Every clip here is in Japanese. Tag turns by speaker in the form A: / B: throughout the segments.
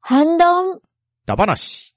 A: ハンドン。
B: ダバナシ。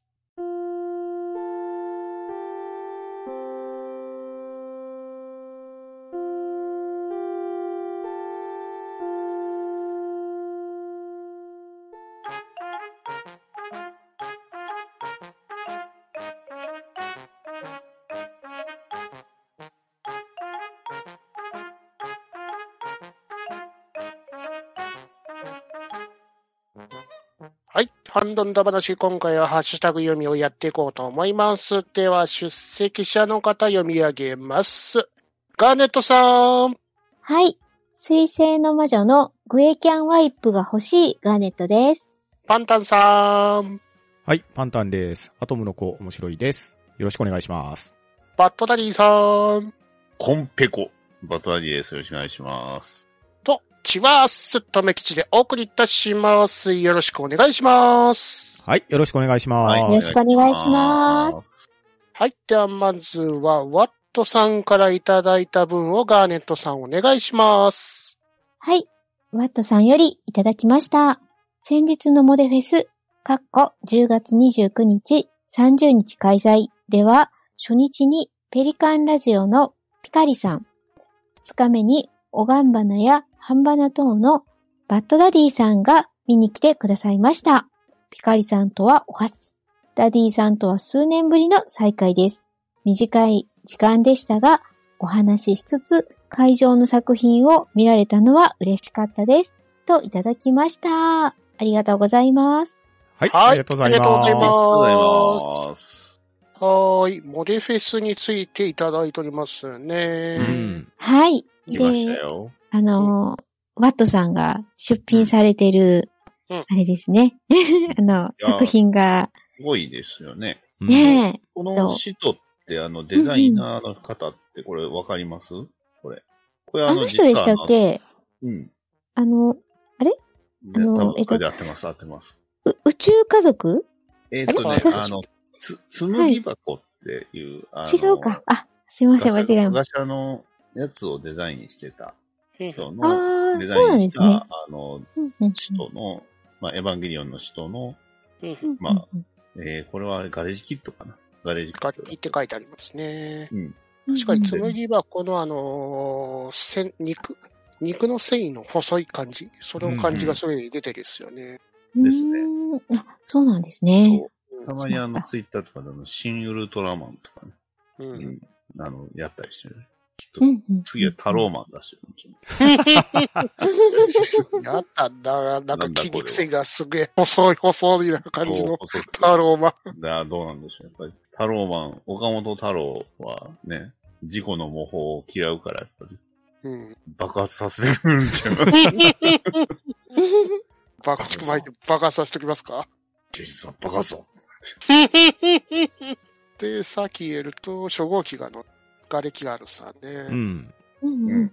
C: はい。ハンドンダ話、今回はハッシュタグ読みをやっていこうと思います。では、出席者の方読み上げます。ガーネットさん、
A: はい。水星の魔女のグエキャンワイプが欲しいガーネットです。
C: パンタンさん、
B: はい、パンタンです。アトムの子、面白いです。よろしくお願いします。
C: バットダディさん、
D: コンペコ、バトアディです。よろしくお願いします。。
C: と、チワース、とめきちでお送りいたします。よろしくお願いします。
B: はい、よろしくお願いします。
A: よろしくお願いします
C: はい。では、まずは、ワットさんからいただいた分をガーネットさんお願いします。
A: はい。ワットさんよりいただきました。先日のモデフェス、かっこ10月29日、30日開催では、初日にペリカンラジオのピカリさん、2日目にオガンバナやハンバナ等のバッドダディさんが見に来てくださいました。ピカリさんとはお初、ダディさんとは数年ぶりの再会です。短い時間でしたが、お話ししつつ、会場の作品を見られたのは嬉しかったです。といただきました。ありがとうございます。
B: はい、
C: はい
B: ありがとうございます。
C: ありがとうござい
D: ありがとうござい
C: ます
D: ます。
C: はーい。モデフェスについていただいておりますね。
B: うん。
A: はい。
D: 来ました
A: で、
D: よ。
A: あのー、ワットさんが出品されてる、
C: うん
A: あれですね。 あの、
D: いや
A: 作品が、
D: すごいですよね。
B: うん
A: ね
D: こ
A: ど
D: の
A: う
D: シトって、あの、デザイナーの方って、これわかりますこれ。これ
A: あの人でしたっけ
D: 実はあのう
A: あ
D: ん。
A: の、
D: で
A: あの
D: 多分
A: えっと
D: これで合ってます、合ってます。
A: う宇宙家族
D: えっと
C: あ
D: ね
C: れ、
D: あの、つ、紡ぎ箱っていう、あ
A: 違
D: の
A: うか。。あ、すいません、間違えまし
D: ガシャのやつをデザインしてた人
A: た。あ
D: の、
A: あ
D: デ
A: ー、
D: ザ
A: そうなん
D: イン
A: で
D: し
A: す
D: た、
A: ね。
D: あ
A: う
D: の、
A: んうん
D: 使徒の、まあ、エヴァンゲリオンの使徒の、
C: うん
A: うんうん
D: まあえー、これはあれガレージキットかなガレージキッ
C: 楽
D: ト。
C: 器って書いてありますね。
D: うん。
C: 確かに
A: うん
C: 紬はこのあのーせん肉、肉の繊維の細い感じ、その感じがすごい出てるですよね。
A: うん
D: ですね
A: うーんあ、そうなんですね。
D: そう
C: う
D: た
C: ん
D: まにあの、ツイッターとかであの、新ウルトラマンとかね、
C: う
D: うんん、あの、やったりしてる。きっと
A: う、んうん
D: 次はタローマン出してる。
C: やったんだ、なんか筋
D: なんだこ
C: 肉
D: れ
C: 線がすげえ細い細いな感じの
D: 細くて
C: タローマン。
D: だどうなんでしょう。やっぱり、タローマン、岡本太郎はね、事故の模倣を嫌うから、やっぱり、
C: うん、
D: 爆発させてくるん ちゃう
C: 爆竹巻いて爆発させておきますか
D: 刑事さん、爆発だ
C: で、さっき言えると、初号機がの、瓦礫があるさ
B: う
C: ね。
B: ん。
A: うん
D: う
A: うん
D: ん。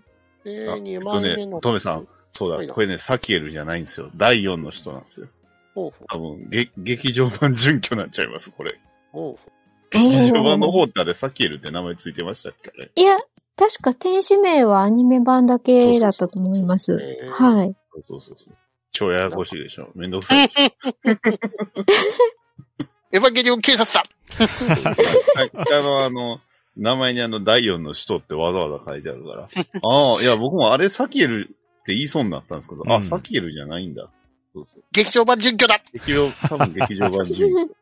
C: で、
D: あ
C: 2枚目の。
D: トメさん、そ
C: は
D: う
C: い
D: だ、これね、サキエルじゃないんですよ。第4の人なんですよ。
C: ほうほう
D: 多分、げ劇場版準拠になっちゃいます、これ。
C: ほう
D: 劇場版の方ってあれ、サキエルって名前ついてましたっけあれ。
A: いや、確か天使名はアニメ版だけだったと思います。
C: えー
A: はい。
D: そうそうそうそう。超ややこしいでしょ。めんどくさいでしょ。
C: エヴァンゲリオン警察だ
D: はいあの、あの、名前にあの、第4の使徒ってわざわざ書いてあるから。ああ、いや、僕もあれ、サキエルって言いそうになったんですけど、
B: う
D: あ、
B: ん
D: サキエルじゃないんだ。そうそう。
C: 劇場版準拠だ
D: 劇場、多分劇場版 準拠。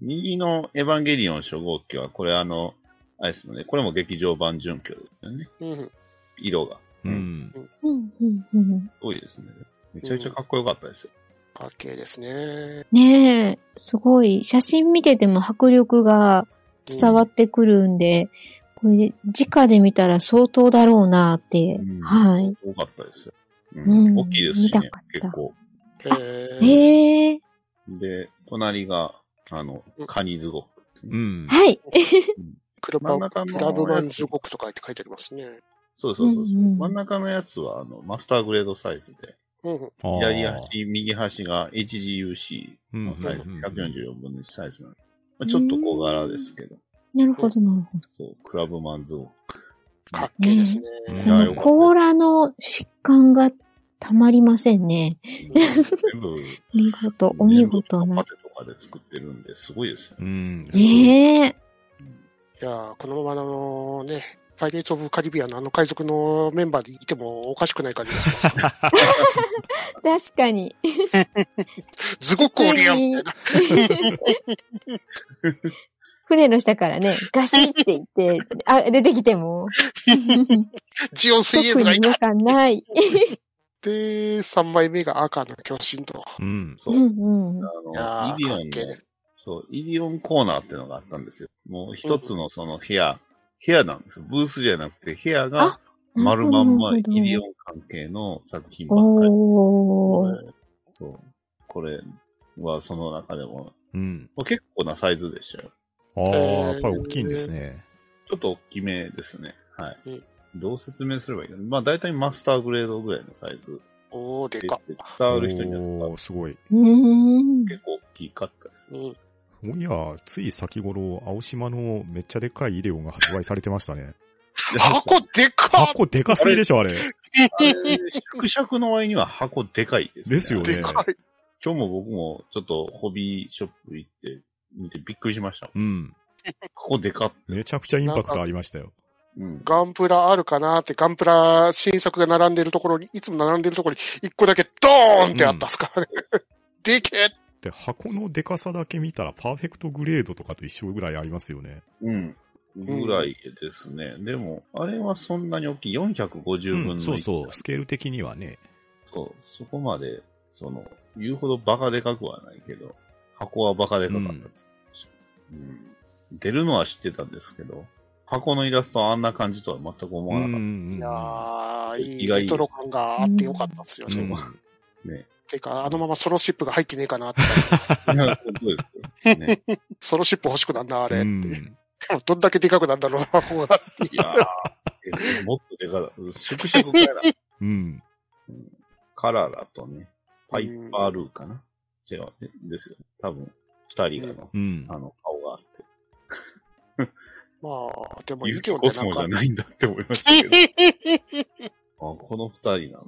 D: 右のエヴァンゲリオン初号機は、これあの、あれですもんね。これも劇場版準拠ですよね。
C: うん。
D: 色が。
B: うん。
A: うんうんうん
D: 多いですね。めちゃめちゃかっこよかったですよ。
C: かっけえですね。
A: ねえ、すごい。写真見てても迫力が伝わってくるんで、これ、直で見たら相当だろうなって。
D: うん
A: はい。
D: 多かったですよ。う
A: うん
D: ん。大きいですし
A: 見
D: ね
A: たかっ、た
D: 結構。
C: えー
A: へえ
D: で、隣が、あの、カニズゴ。
B: うん。
A: はい。
C: 黒
D: 真ん
C: パン
D: 中の
C: クラブマンズ国とかって書いてありますね。
D: そうそうそうそう。
A: うんうん
D: 真ん中のやつは、あの、マスターグレードサイズで、
C: うん。
B: あー
D: 左端、右端が HGUC のサイズ、
B: うんうんうん
D: 144分の1サイズなんで、まあ、ちょっと小柄ですけど、
A: なるほど、なるほど。
D: そう、クラブマンズゴ。
C: かっけえですね。
B: う
A: こ
B: ん
A: の甲羅の疾患がたまりませんね。
D: 全 部、
A: 見事、お見事
D: パ
A: な。
D: テとかで作ってるんで、すごいですよ
B: う
D: ね。
B: ん。
A: ねえ。
C: いやーこのままあのね、パイレーツ・オブ・カリビアンのあの海賊のメンバーでいてもおかしくない感じがします。
A: 確かに。
C: ズゴコーリアン
A: 船の下からね、ガシって言って、あ、出てきても、
C: ジオン・セイエ
A: 特
C: ムが
A: に
C: い
A: 違
C: た
A: 和感ない。
C: で、3枚目が赤の巨神と。
B: うん。
A: う
D: そう。
A: んうん。
C: いや
D: あの、
C: ー
D: イディオ
C: かっけえ
D: ン
C: ね
D: の、そう、イディオンコーナーっていうのがあったんですよ。もう一つのその部屋、部屋なんですよ。ブースじゃなくて、部屋が
A: あ
D: 丸まんま
A: な
D: イ
A: るほ
D: デ
A: ど
D: ィオン関係の作品ばっかり。
A: おー。
D: そう。これはその中でも、
B: うん。
D: まあ結構なサイズでしたよ。
B: ああ、やっぱり大きいんですね。
D: ちょっと大きめですね。は
C: う
D: い
C: ん。
D: どう説明すればいいかな。まあ大体マスターグレードぐらいのサイズ
C: おー、で
D: で
C: か。
D: 伝わる人には伝わ
B: お
D: る
B: ー、すごい。
A: うーん。
D: 結構大きかったです
C: う
D: ね。
C: ん。
B: おや、つい先頃、青島のめっちゃでかいイデオンが発売されてましたね。
C: 箱でかっ
B: 箱でかすぎでしょ、あれ。
D: あれ縮尺の割には箱でかいですね。
B: ですよね
C: でかい。
D: 今日も僕もちょっとホビーショップ行って、見てびっくりしました。
B: うん。
D: ここでかっ。
B: めちゃくちゃインパクトありましたよ。
D: うん。
C: ガンプラあるかなって、ガンプラ新作が並んでるところに、いつも並んでるところに、一個だけドーンってあったっすからね。でけえ
B: で、箱のでかさだけ見たら、パーフェクトグレードとかと一緒ぐらいありますよね。
D: うん。ぐらいですね。でも、あれはそんなに大きい。450分の1、
B: そうそう、スケール的にはね。
D: そう。そこまで、その、言うほどバカでかくはないけど、箱はバカでかかったです、うん出るのは知ってたんですけど、箱のイラストはあんな感じとは全く思わなかっ
B: ん
C: いやー、い
D: 意
C: い
D: 外
C: レ
D: です
C: トロ感があってよかったっすよね。
B: うん
D: た。ね。
C: てか、あのままソロシップが入ってねえかなって。
D: いや本当ですよ。ね。
C: ソロシップ欲しくなんな、あれって。
B: うん
C: でもどんだけでかくなんだろうな、方が。
D: いやー、もっとでかだ。縮尺カラー
B: うん。
D: カララとね、パイパールーかな。違う、ね、ですよね。多分、二人がの、
B: うん。
D: あの、顔があって。
C: まあ、でも、
D: ユ
C: イ
D: キ
C: デオン
D: コ
C: って
D: ス
C: なん
D: モじ
C: か
D: ゃ、ないんだって思いましたけど。 あこの二人なんだ。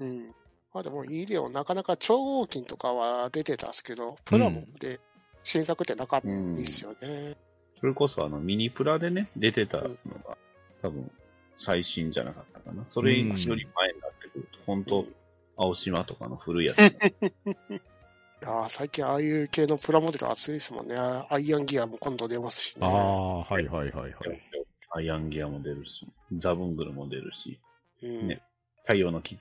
C: うん。まあでも、イデオンなかなか超合金とかは出てたっすけど、プラモで新作ってなかったんですよね。
D: それこそあのミニプラでね、出てたのが、多分最新じゃなかったかな。それより前になってくると、本当青島とかの古いやつ。
C: い やー最近ああいう系のプラモデル熱いですもんね。アイアンギアも今度出ますしね。
B: ああ、はいはいはいはい。
D: アイアンギアも出るし、ザブングルも出るし、
C: うん
D: ね太陽の牙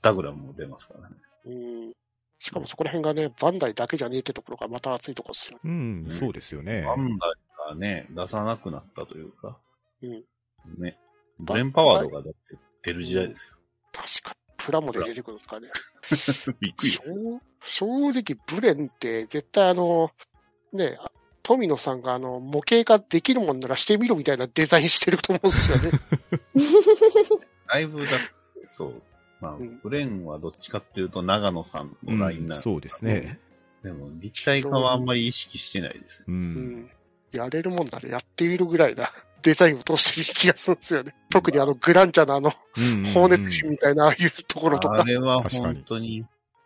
D: ダグラムも出ますからね。
C: うん。しかもそこら辺がね、バンダイだけじゃねえってところがまた熱いとこですよ。
B: うん、そうですよね
D: バ。ンダイがね、出さなくなったというか、
C: うん
D: ね、ブレンパワードがだって出る時代ですよ。
C: 確かに。プラモで出てくるんですかね。
D: びっくりですよ。
C: 正正直、ブレンって絶対あの、ね、あ富野さんがあの模型化できるもんならしてみろみたいなデザインしてると思うんですよね。
D: だいぶだって、そう。まあ、
C: うん
D: ブレンはどっちかっていうと長野さんのラインナップ、
B: そうですね。
D: でも、立体化はあんまり意識してないですよ。
B: う。
C: うんん、やれるもんならやってみるぐらいなデザインを通してる気がするんですよね。特にあのグランチャのあの、放熱心みたいなああいうところと
D: あ
C: か。
D: れは
B: 確かに
D: 本当に、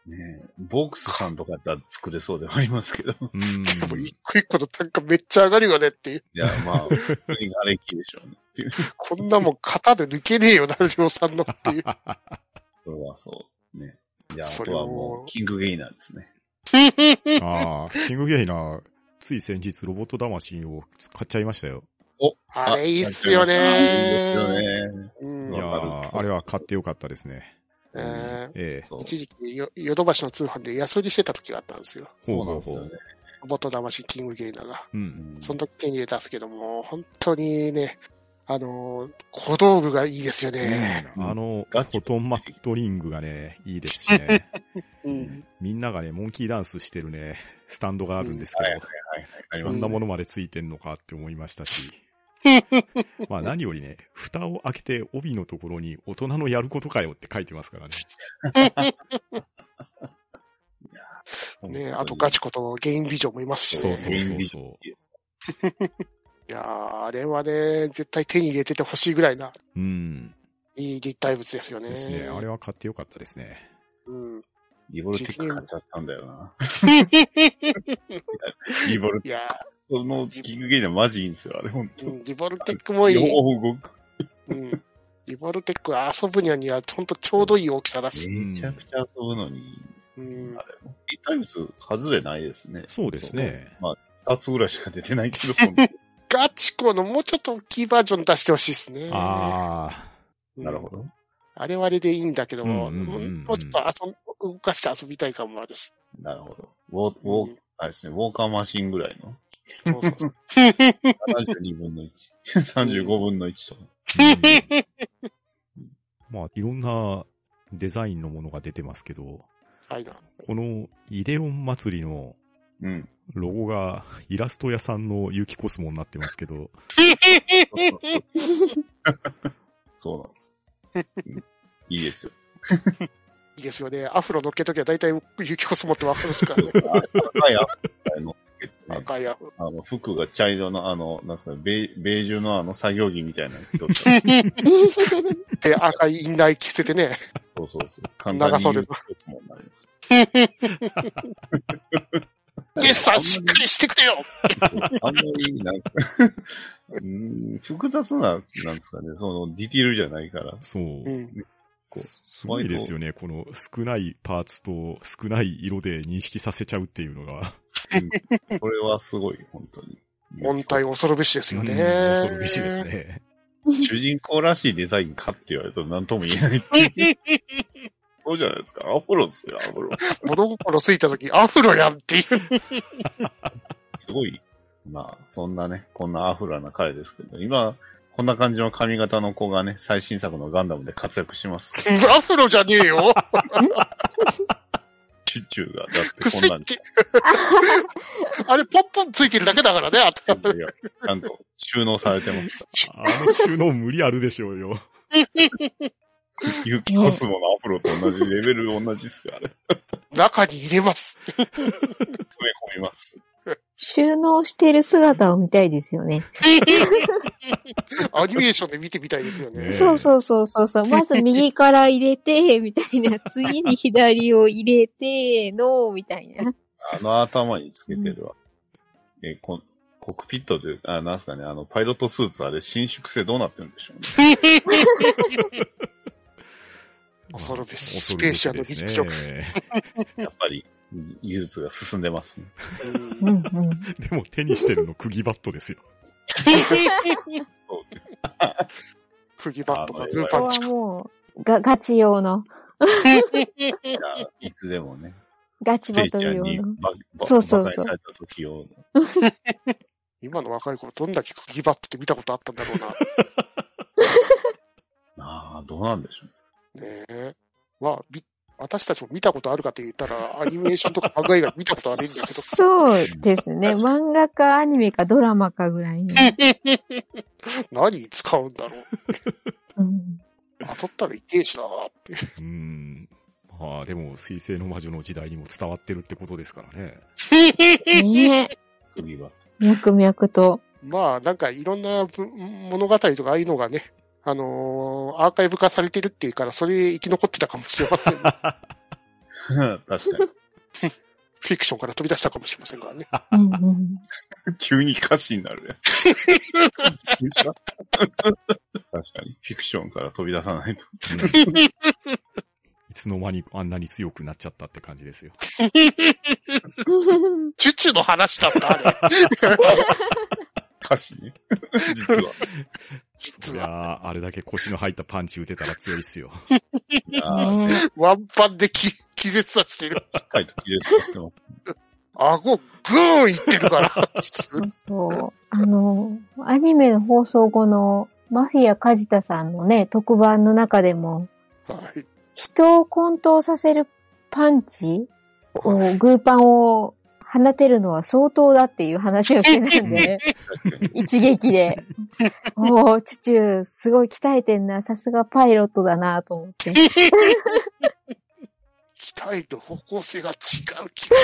D: ねボークスさんとかだったら作れそうではありますけど。 い
B: うん。
C: でも一個一個の単価めっちゃ上がるよねっていう。
D: や、まあ、普通にがれきでしょうね。っていう。
C: こんなもん型で抜けねえよな、量産のっていう。
D: それはそう。ね。じゃあ、
C: そ
D: あ
C: れ
D: と
C: を
D: はもう、キングゲイナーですね。
B: ああ、キングゲイナー、つい先日ロボット魂を買っちゃいましたよ。
C: あれいいっすよね
D: いいですよね。
C: うん
B: いや
D: わか
B: ー
D: る
B: あれは買ってよかったですね。
C: えー
B: え
D: そう。
C: 一時期よ、ヨドバシの通販で安売りしてた時があったんですよ。
B: え。
D: そうなんですよね。
C: ロボット魂キングゲイナーが。
B: う。
D: うんん
C: その時手に入れたんですけども、本当にね、あのー小道具がいいですよね。
B: うんあの、フ
D: ガチ
B: ォトンマットリングがね、いいですしね。
C: うんん。
B: みんながね、モンキーダンスしてるね、スタンドがあるんですけ
D: はいはい
B: ど、
D: はい。あり
B: こ
D: ま
B: ん
D: す
B: な
D: ね。
B: ものまでついてんのかって思いました し。まあ何よりね、蓋を開けて帯のところに大人のやることかよって書いてますからね。
C: ねあとガチことゲインビジョンもいますし
B: そ
C: ね。
B: うそうそうそ
C: いやーあれはね、絶対手に入れててほしいぐらいな、
B: う。うん。
C: いいい立体物ですよね。
B: ですね。あれは買ってよかったですね。
C: うん。
D: リボルテック買っちゃったんだ よな。リボル
C: い
D: テッ
C: や
D: クのギグゲージはマジいいんですよ、あれ、ほん
C: ー、
D: と。
C: う
D: よ
C: んリボルテックもいい。
D: う動く。
C: うんリボルテックは遊ぶにはにはほんとちょうどいい大きさだし。
D: めちゃくちゃ遊ぶのにいいんです
C: う
D: ね
C: ん
D: あれも。立体物、外れないですね。
B: そうですね。
D: 二つぐらいしか出てな いけど、
C: ガチコのもうちょっと大きいバージョン出してほしいですね。
B: あ
C: うん
D: なるほど。
C: あれはあれでいいんだけども、
B: うんうんうんうん
C: もうちょっと遊ぶ動かして遊びたい感もあるし。
D: なるほど。ウォー、ウォー、あれですね、ウォーカーマシンぐらいの。
C: うんそうそうそう。
D: 72分の1。35分の1とか。
B: ー。うんまあ、いろんなデザインのものが出てますけど、
C: はいな。
B: このイデオン祭りの
D: うん。
B: ロゴがイラスト屋さんのユキコスモになってますけど、
D: そうなんです。うんいいですよ。
C: いいですよね。アフロ乗っけときは大体雪コスモってわかるっすか らね。
D: 赤いアップルの、ね、
C: 赤いアフ
D: あの服が茶色の、あの、なんすか、ベーベージュのあの作業着みたいな人と
C: で赤いインナー着せてね。
D: そうそうそう。簡単に
C: 長袖
D: 言う質問になります。
C: デッサンしっかりしてくれよ
D: あんまり、なんか、うん複雑な、なんですかね、その、ディティールじゃないから。
B: そう。
C: うん。
D: こう
B: すすごいですよね。この少ないパーツと少ない色で認識させちゃうっていうのが。
D: これはすごい、本当に。
C: 問題恐るべしですよね。
B: うん恐るべしい ですね。
D: 主人公らしいデザインかって言われると何とも言え ない。そうじゃないですか。アポロですよ、アポロ。
C: 物心ついたとき、アフロやんっていう。
D: すごい。まあ、そんなね、こんなアフラな彼ですけど、今、こんな感じの髪型の子がね、最新作のガンダムで活躍します。
C: アフロじゃねえよ
D: チュッチュが、だって
C: く
D: こ
C: せっ
D: んなん
C: け。 あれ、ポッポンついてるだけだからね、頭
D: いやちゃんと収納されてますか
B: あの収納無理あるでしょうよ。
D: ら。ユキコスモのアフロと同じレベル同じっすよ、あれ。
C: 中に入れます。
D: 詰め込みます。
A: 収納してる姿を見たいですよね。
C: アニメーションで見てみたいですよね。
B: ねえ
A: そうそうそうそうそう。まず右から入れて、みたいな。次に左を入れて、の、みたいな。
D: あの頭につけてるわ。えーこ、コックピットというか、あ、なんすかね、あの、パイロットスーツ、あれ、伸縮性どうなってるんでしょうね。
C: 恐る
B: 恐るべ
C: べし
B: し
C: スペーシアの
B: ですね
C: 実力。
D: やっぱり、技術が進んでますね。
A: うん
C: うん
A: うん。
B: でも手にしてるの釘バットですよ。
D: そうね。
C: 釘バットか
D: あ
C: ズー
A: こ
C: パ
A: こ
C: ン
A: は
C: チか。
A: もう、が、ガチ用の、
D: いやいつでもね、
A: ガチ
D: ス
A: バ
D: ペー
A: ト
D: シア
A: ル用
D: に
A: の。
D: ば、ば、
A: そうそうそう
D: 馬鹿にされた時用の。
C: 今の若い子、どんだけ釘バットって見たことあったんだろうな。
D: ああ、どうなんでしょう。
C: ねえ。まあ、み私たちも見たことあるかって言ったら、アニメーションとか漫画以外見たことあるん だけど、
A: そうですね。漫画かアニメかドラマかぐらいの。
C: 何に使うんだろ
A: う
C: う。
A: ん
C: 当たったら痛えしなって。
B: うん。まあでも、水星の魔女の時代にも伝わってるってことですからね。
A: ね
D: 首は。
A: え。脈々と。
C: まあ、なんかいろんなぶ物語とかああいうのがね、あのーアーカイブ化されてるっていうから、それで生き残ってたかもしれま せん。フ
D: 確か
C: ィクションから飛び出したかもしれませんからね。
A: うんうん
D: に。急に歌詞になるやん。 確かに。フィクションから飛び出さないと。
B: うんいつの間にあんなに強くなっちゃったって感じですよ。
C: チュチュの話だった、あれ。
D: 歌詞ね。実は。
B: そりゃあ、あれだけ腰の入ったパンチ打てたら強いっすよ。
D: いやー
A: ねえ
C: ワンパンでき気絶させてる。
D: しっかりと技術が進んでます。
C: 顎、グーンいってるから。
A: そうそう。あの、アニメの放送後のマフィア梶田さんのね、特番の中でも、
C: はい。
A: 人を混沌させるパンチを、グーパンを放てるのは相当だっていう話をしてたん で、一撃で。おー、チュチュ、すごい鍛えてんな。さすがパイロットだなと思って。
C: 鍛える方向性が違う気が。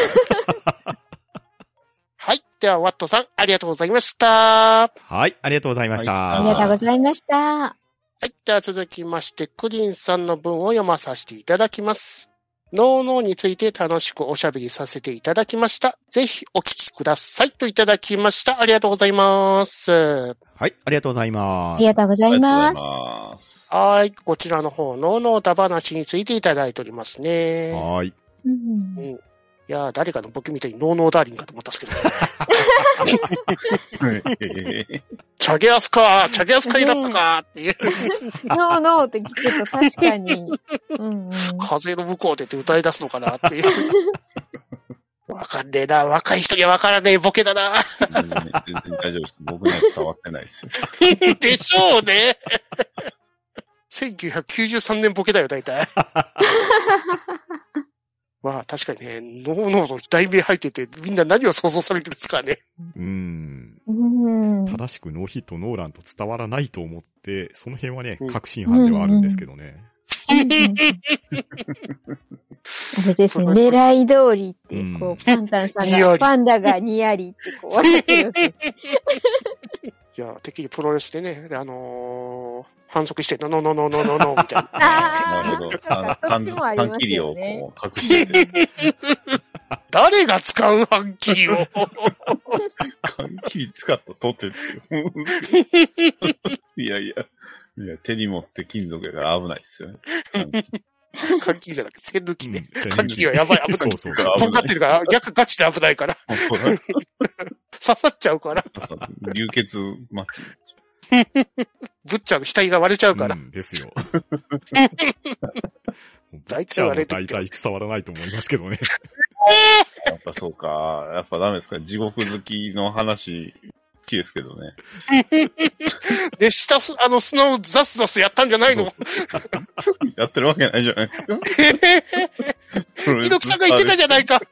C: はい。では、ワットさん、ありがとうございました。は
B: はい、ありがとうございました。、
D: はい。
A: ありがとうございました。
C: はい。では続きまして、クリンさんの文を読まさせていただきます。脳脳について楽しくおしゃべりさせていただきました。ぜひお聞きくださいといただきました。ありがとうございます。はい
B: ありがとうございます。
A: ありがとうございます
C: はい、こちらの方、脳脳だ話についていただいておりますね。
B: はい。
A: うん、うん
C: いやー、誰かのボケみたいにノーノーダーリンかと思ったんですけど。チャゲアスかチャゲアスカになったかっていう。
A: ノーノーって聞くと確かに。うんうん、
C: 風の向こうでって歌い出すのかなっていう。わかんねえな。若い人にはわからねえボケだな。
D: 全然大丈夫です。僕には伝わってないですよ。
C: でしょうね。1993年ボケだよ、大体。まあ確かにね、ノーノーの題名入ってて、みんな何を想像されてるんですかね。
B: うん。正しくノーヒットノーランと伝わらないと思って、その辺はね、確信犯ではあるんですけどね。
A: あれですね、狙い通りって、こう、うん、パンタンさんが、パンダがニヤリってこう、笑ってる。
C: いや、てっきりプロレスでね、あのー、反則して、ノノノノノノノみ たいな。
A: ああ、なるほど。
D: 半切りをこう隠して。
C: 誰が使う半切り を。
D: 半切り使った取って いやいや、いや、手に持って金属やから危ないっすよね。
C: 換気じゃなくて、栓抜きね。換気はやばい、危ない。そうそう。分かってるから、逆ガチで危ないから。刺さっちゃうから。
D: 流血マッチ。
C: ブッチャーの額が割れちゃうから。
B: ですよ。大体割れて大体伝わらないと思いますけどね。
D: やっぱそうか。やっぱダメですか。地獄好きの話、好きですけどね。
C: で、下す、あの、砂をザスザスやったんじゃ ないの
D: やってるわけないじゃ ないですか。え
C: 猪木さんが言ってたじゃないか。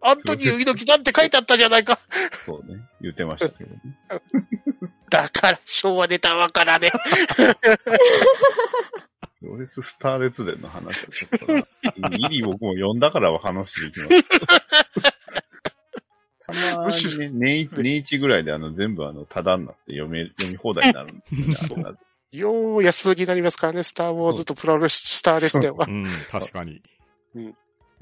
C: アントニオ猪木さんって書いてあったじゃないか。
D: そうね。言ってましたけどね。
C: だから、昭和ネタわからね。
D: プロレススター列伝の話はちょっと、ギリ僕も呼んだからは話できました。たまにね、 年一、年一ぐらいであの、全部あの、ただになって読め、読み放題になるんです よ、ね。
C: よう安売りになりますからね、スターウォーズとプロレススターレスでは。
B: うん、確かに。
C: うん、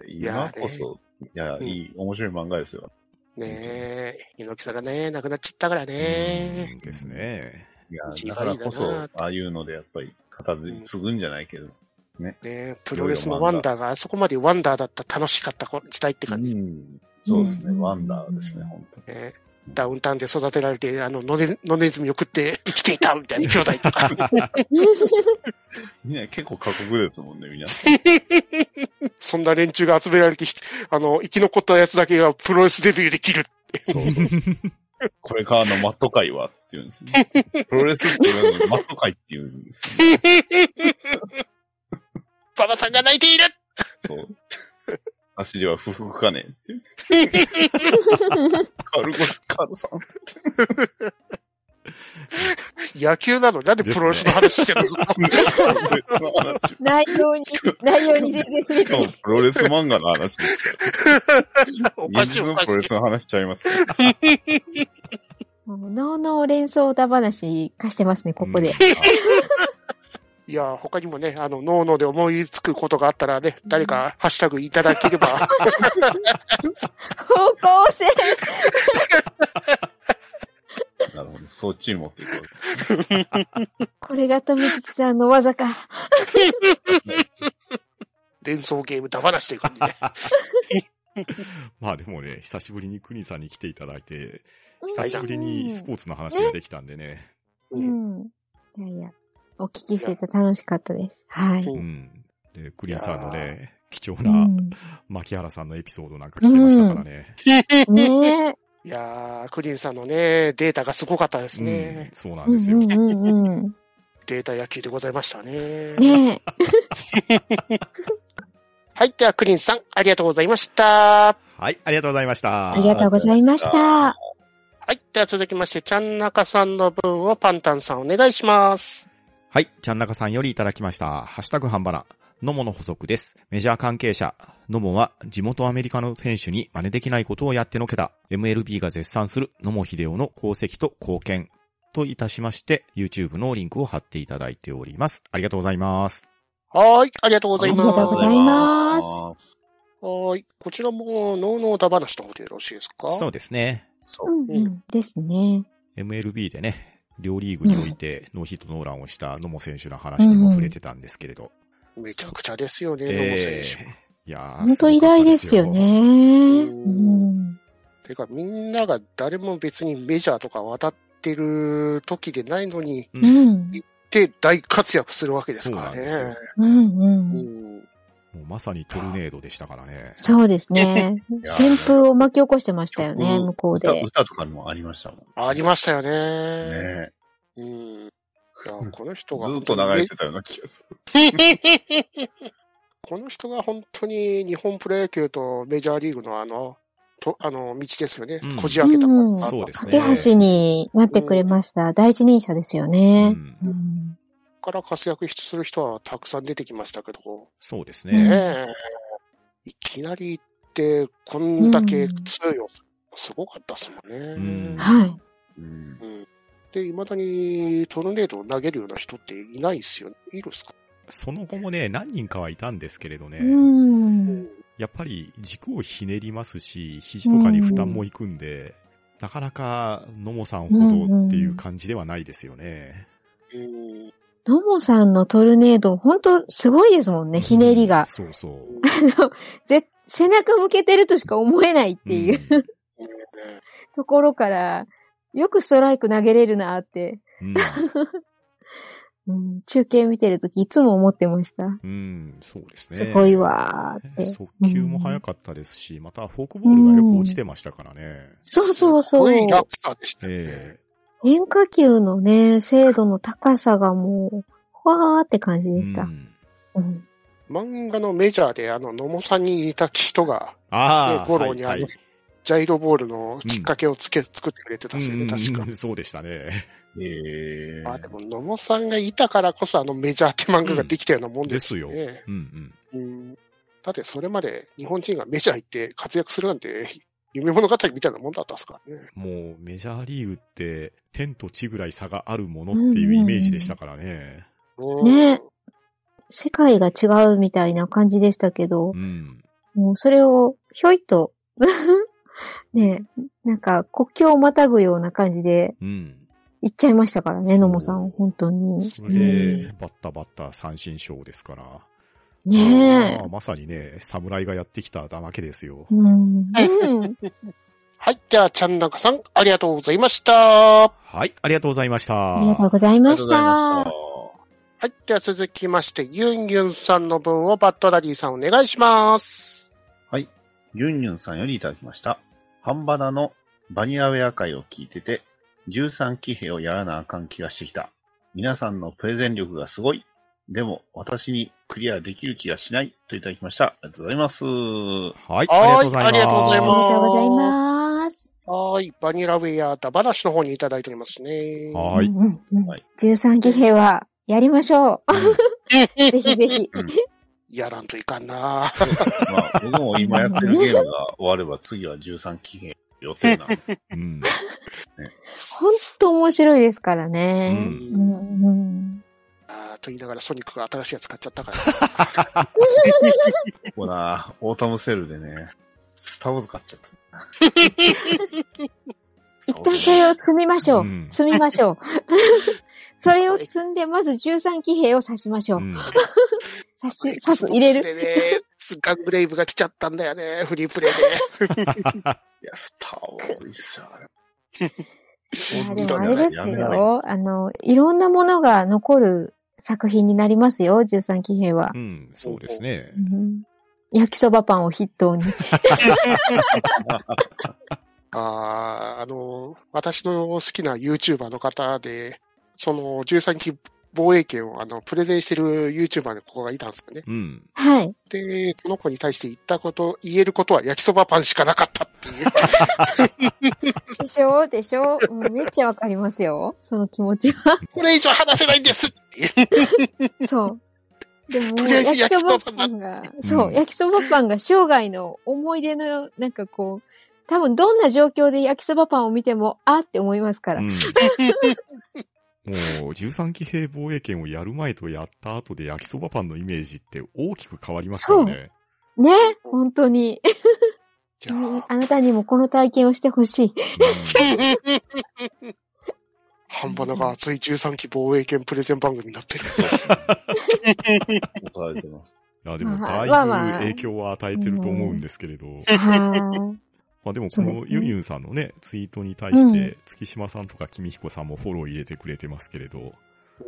D: 今こそ、いや、いい、面白い漫画ですよ。
C: ねえ、猪木さんがね、亡くなっちゃったからね。
B: ですね。
D: いや、だからこそ、ああいうのでやっぱり、片付継ぐんじゃないけど。ね
C: ねプロレスのワンダーがあそこまでワンダーだった楽しかった時代って感じ。
D: うんそうですね、ワンダーですね、本当に。え
C: ー、ダウンタウンで育てられて、あの、のね、のねずみを食って生きていたみたい な兄弟とか。
D: ね、結構過酷ですもんね、みんな。
C: そんな連中が集められて、あの、生き残ったやつだけがプロレスデビューできる
D: って。これからのマット界はって言うんです ね。プロレスっていうのにマット界って言うんですね。
C: 馬場さんが泣いている
D: そう。足では不服かね カルゴスカルさん。
C: 野球なのなんでプロレスの話してる の、ずっ
A: と。内容に、内容に全然触れてない。
D: プロレス漫画の話です。
C: おかしいおかしい。
D: プロレスの話しちゃいます。
A: ノーノー連想歌話化してますね、ここで。
C: いや、他にもね、あの、脳ので思いつくことがあったらね、誰かハッシュタグいただければ。 方
A: 向性
D: なるほど、そっちに持っていこ。
A: う。これが富吉さんの技か。
C: 伝送ゲームだ話という感
B: じで。まあでもね、久しぶりにクニさんに来ていただいて、久しぶりにスポーツの話ができたんでね。
A: うん。いやいや、お聞きしてて楽しかったです。はい。
B: うん。で、クリアさんのね、貴重な、牧原さんのエピソードなんか聞きましたからね。
A: うん、ね
C: いやー、クリンさんのね、データがすごかったですね。
B: うん、そうなんですよ。うん
A: うんうん、
C: データ野球でございましたね。
A: ね
C: はい、ではクリンさん、ありがとうございました。
B: はい、ありがとうございました。
A: ありがとうございました。
C: はい。では続きまして、ちゃんなかさんの分をパンタンさんお願いします。
B: はい、ちゃんなかさんよりいただきました。ハッシュタグ半ばな。ノモの補足です。メジャー関係者。ノモは地元アメリカの選手に真似できないことをやってのけた。MLB が絶賛するノモ秀夫の功績と貢献。といたしまして、YouTube のリンクを貼っていただいております。ありがとうございます。
C: はーい。ありがとうございます。
A: ありがとうございます
C: はーい。こちらも、ノーノーダ話の方でよろしいですか。
B: そううですね。
D: そうう。
A: んうん。ですね。
B: MLB でね、両リーグにおいてノーヒットノーランをした野茂選手の話にも触れてたんですけれど。
C: めちゃくちゃですよね、野茂
B: え
C: 選手。
B: ーいやー
A: 本当偉大ですよ。ね。うん
C: ん。てか、みんなが誰も別にメジャーとか渡ってる時でないのに、
B: ごかったですよう
A: うんん。
C: で大活躍するわけですから
B: そうなんで。
C: ね
A: うんう。
C: うんん
B: もうまさにトルネードでしたからね。
A: そうですね。
D: や
A: 旋風を巻き起こしてましたよね、
D: うん
A: 向こう
D: 歌
A: で。
D: 歌とかにもありましたもん。
C: ありましたよね。
D: ね
C: うん。いや、この人
D: ず
C: が、
D: っと流れてたような気がする。
C: この人が本当に日本プロ野球とメジャーリーグのあの、とあの道ですよね。
B: うん
C: こじ開けた
A: うん
B: そうです
A: 架
B: ね
A: け橋になってくれました。第一人者ですよね。
B: う
A: うんん。
C: から活躍する人はたくさん出てきましたけど、
B: そうです
A: うん
B: ね。
C: ねえ、いきなり行って、こんだけ強いよ。すごかったっすもんね。
B: ん
A: はい。
D: うん。
C: うんで、未だにトルネードを投げるような人っていないっすよね。いるっすか、
B: その後もね、何人かはいたんですけれどね、
A: うん。
B: やっぱり軸をひねりますし、肘とかに負担もいくんで、なかなか野茂さんほどっていう感じではないですよね。
C: うん、
A: 野茂さんのトルネード、本当すごいですもんね、ひねり
B: うん
A: が。
B: そうそう。
A: ぜ背中向けてるとしか思えないっていう、ところから、よくストライク投げれるなって、
B: うん。
A: うん、中継見てるときいつも思ってました。
B: うん、うんそうですね。
A: すごいわーって。
B: 速球も速かったですし、またフォークボールがよく落ちてましたからね。
A: そうそう
C: す
A: そ
C: ご
A: う。
C: い落差でしたよね。
B: え
A: 変化球のね、精度の高さがもう、わーって感じ
B: え
A: でした
B: う。ん
A: うん。
C: 漫画のメジャーで、あの、野茂さんにいた人が、
B: ああ、
C: でゴロにあ
B: はい
C: の
B: はい
C: ジャイロボールのきっかけをつけ、作ってくれてたっすよ
B: う
C: ね、
B: ん
C: 確か。
B: うんそうでしたね。
D: え
C: あでも、野茂さんがいたからこそ、あの、メジャーって漫画ができたようなもんですよ
B: うんで
C: ね。
B: うんうん。
C: うんだって、それまで日本人がメジャー行って活躍するなんて、夢物語みたいなもんだったっすからね。
B: もうメジャーリーグって天と地ぐらい差があるものっていうイメージでしたからね。
C: うん
A: ね世界が違うみたいな感じでしたけど
B: う、ん。
A: もうそれをひょいと、 ねえなんか国境をまたぐような感じで
B: うん。
A: 行っちゃいましたからね、野茂さん、本当に。
B: それ
A: う
B: で、バッタバッタ三振ショーですから。
A: んね
B: まあまさにね、侍がやってきただわけですよ
A: え。。うん。うん
C: はい。では、ちゃんなかさん、ありがとうございました。は
B: はい、ありがとうございました。
A: ありがとうござい
D: あり
A: ま
D: がとう
A: し。
D: ございました
C: い。では、続きまして、ユンユンさんの分をバッドダディさんお願いします。
D: た。はい。ユンユンさんよりいただきました。ハンバナのバニラウェア会を聞いてて、13騎兵をやらなあかん気がしてきた。皆さんのプレゼン力がすごい。でも、私にクリアできる気がしないといただきました。ありがとうございます。
B: はい、
C: は
B: あ
C: い
B: りがとうございます。
C: ありがとうござい
A: あ
C: ま
A: り
C: す
A: がとうございます。
C: はい。バニラウェアだ話の方にいただいておりますね。
B: は
A: う
B: い。
A: んうんうん
D: はい
A: 13騎兵は、やりましょう。 ぜひぜひ。
D: うん
C: やらんといかんな
D: まあ、僕も今やってるゲームが終われば、次は13騎兵予定なので。
B: うん。
A: 本当面白いですからね。
B: うん
A: うんうん
C: あーと言いながらソニックが新しいやつ買っち ゃったから。
D: ほら、オータムセールでね、スターウォーズ買っちゃった。
A: 一旦それを積みましょ
B: う。
A: うん積みましょう。それを積んで、まず13騎兵を刺しましょ
B: う
A: う。
B: ん
A: 刺す、刺す、入 れる。
C: Xbox でね、ガンブレイブが来ちゃったんだよね、フリープレイ
D: いや、スターウォーズいいっすよ、あれ。
A: いや
D: 本
A: で
D: 当
A: も
D: だ
A: あ
D: ね
A: れです
D: やめない
A: よ。あの、いろんなものが残る作品になりますよ、13騎兵は
B: う。ん、そうですね。
A: うん焼きそばパンを筆頭に。
C: で。ああ、あの、私の好きな YouTuber の方で、その13期防衛権をあのプレゼンしてる YouTuber の子がいたんですよね。
B: うん。
A: はい。
C: で、その子に対して言ったこと、言えることは焼きそばパンしかなかったっていう。
A: でしょでしょうんめっちゃわかりますよ。その気持ち は。
C: これ以上話せないんです
A: そう。でも、
C: とりあえず
A: 焼
C: 焼
A: きそ
C: きそ
A: ば
C: ば
A: パ
C: パ
A: ン
C: ン
A: が、そうう、
B: ん
A: 焼きそばパンが生涯の思い出の、なんかこう、多分どんな状況で焼きそばパンを見ても、あーって思いますから。
B: うんもう、13期兵防衛権をやる前とやった後で焼きそばパンのイメージって大きく変わりますよね。
A: ね本当に。
C: じゃあ、
A: あなたにもこの体験をしてほしい。
C: 半端なが熱い13期防衛権プレゼン番組になってる。
D: 怒られてます。
B: うんいや、でも、だい
A: まあまあまあ
B: ぶ影響は与えてると思うんですけれど。
A: は
B: まあでも、こ
A: そう
B: の
A: ですね
B: ユンユンさんのね、ツイートに対し
A: う
B: て、月島さんとか君彦さんもフォロー入れてくれてますけれど、やっ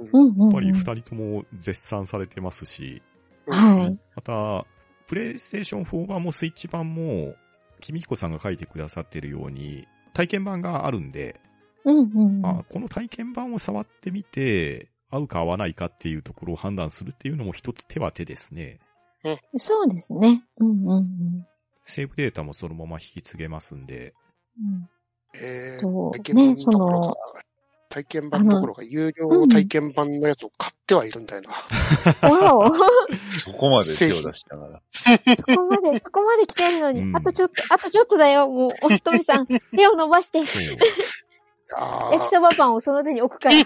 A: い。うんうん、うん。
B: ぱり二人とも絶賛されてますし、
A: はい。
B: また、プレイステーション4版もスイッチ版も、君彦さんが書いてくださってるように、体験版があるんで、
A: うんうんうん。
B: あこの体験版を触ってみて、合うか合わないかっていうところを判断するっていうのも一つ手は手ですね。
A: そうですね。うんうんうん
B: セーブデータもそのまま引き継げますんで、
A: うん。
C: え
A: こ
C: ー、
A: う
C: 体験版
A: ねそ
C: の
A: の
C: ところが、体験版のところが有料体験版のやつを買ってはいるんだよな。
A: わお
D: そこまで手を出しながら。
A: そこま で、そこまで来てるのに、
B: うん
A: あとちょっと、あとちょっとだよ。もう、おひとみ さん、手を伸ばして、
B: そう
C: あ
A: 焼きそばパンをその手に 置くから。
C: ー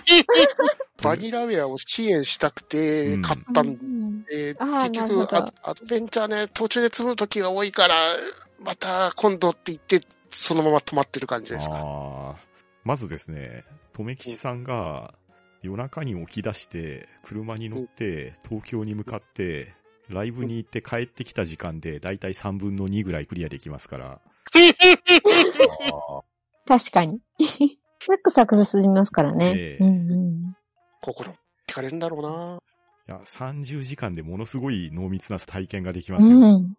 C: バニラウェアを支援したくて
B: うん
C: 買っ
A: う
C: たん
A: ん
C: で、
A: あー
C: 結
A: なるほ
C: 局
A: ど
C: ア、アドベンチャーね、途中で積む時が多いから、また今度って言って、そのまま止まってる感じですか。
B: あーまずですね、とめきちさんが夜中に起き出して、車に乗って、東京に向かって、ライブに行って帰ってきた時間で、だいたい3分の2ぐらいクリアできますから。
D: あ
A: 確かに。サクサク進みますからね
B: え。
A: う
B: え
A: んうん
C: 心、聞かれるんだろうない
B: や、30時間でものすごい濃密な体験ができま
A: う
B: すよ。
A: ん。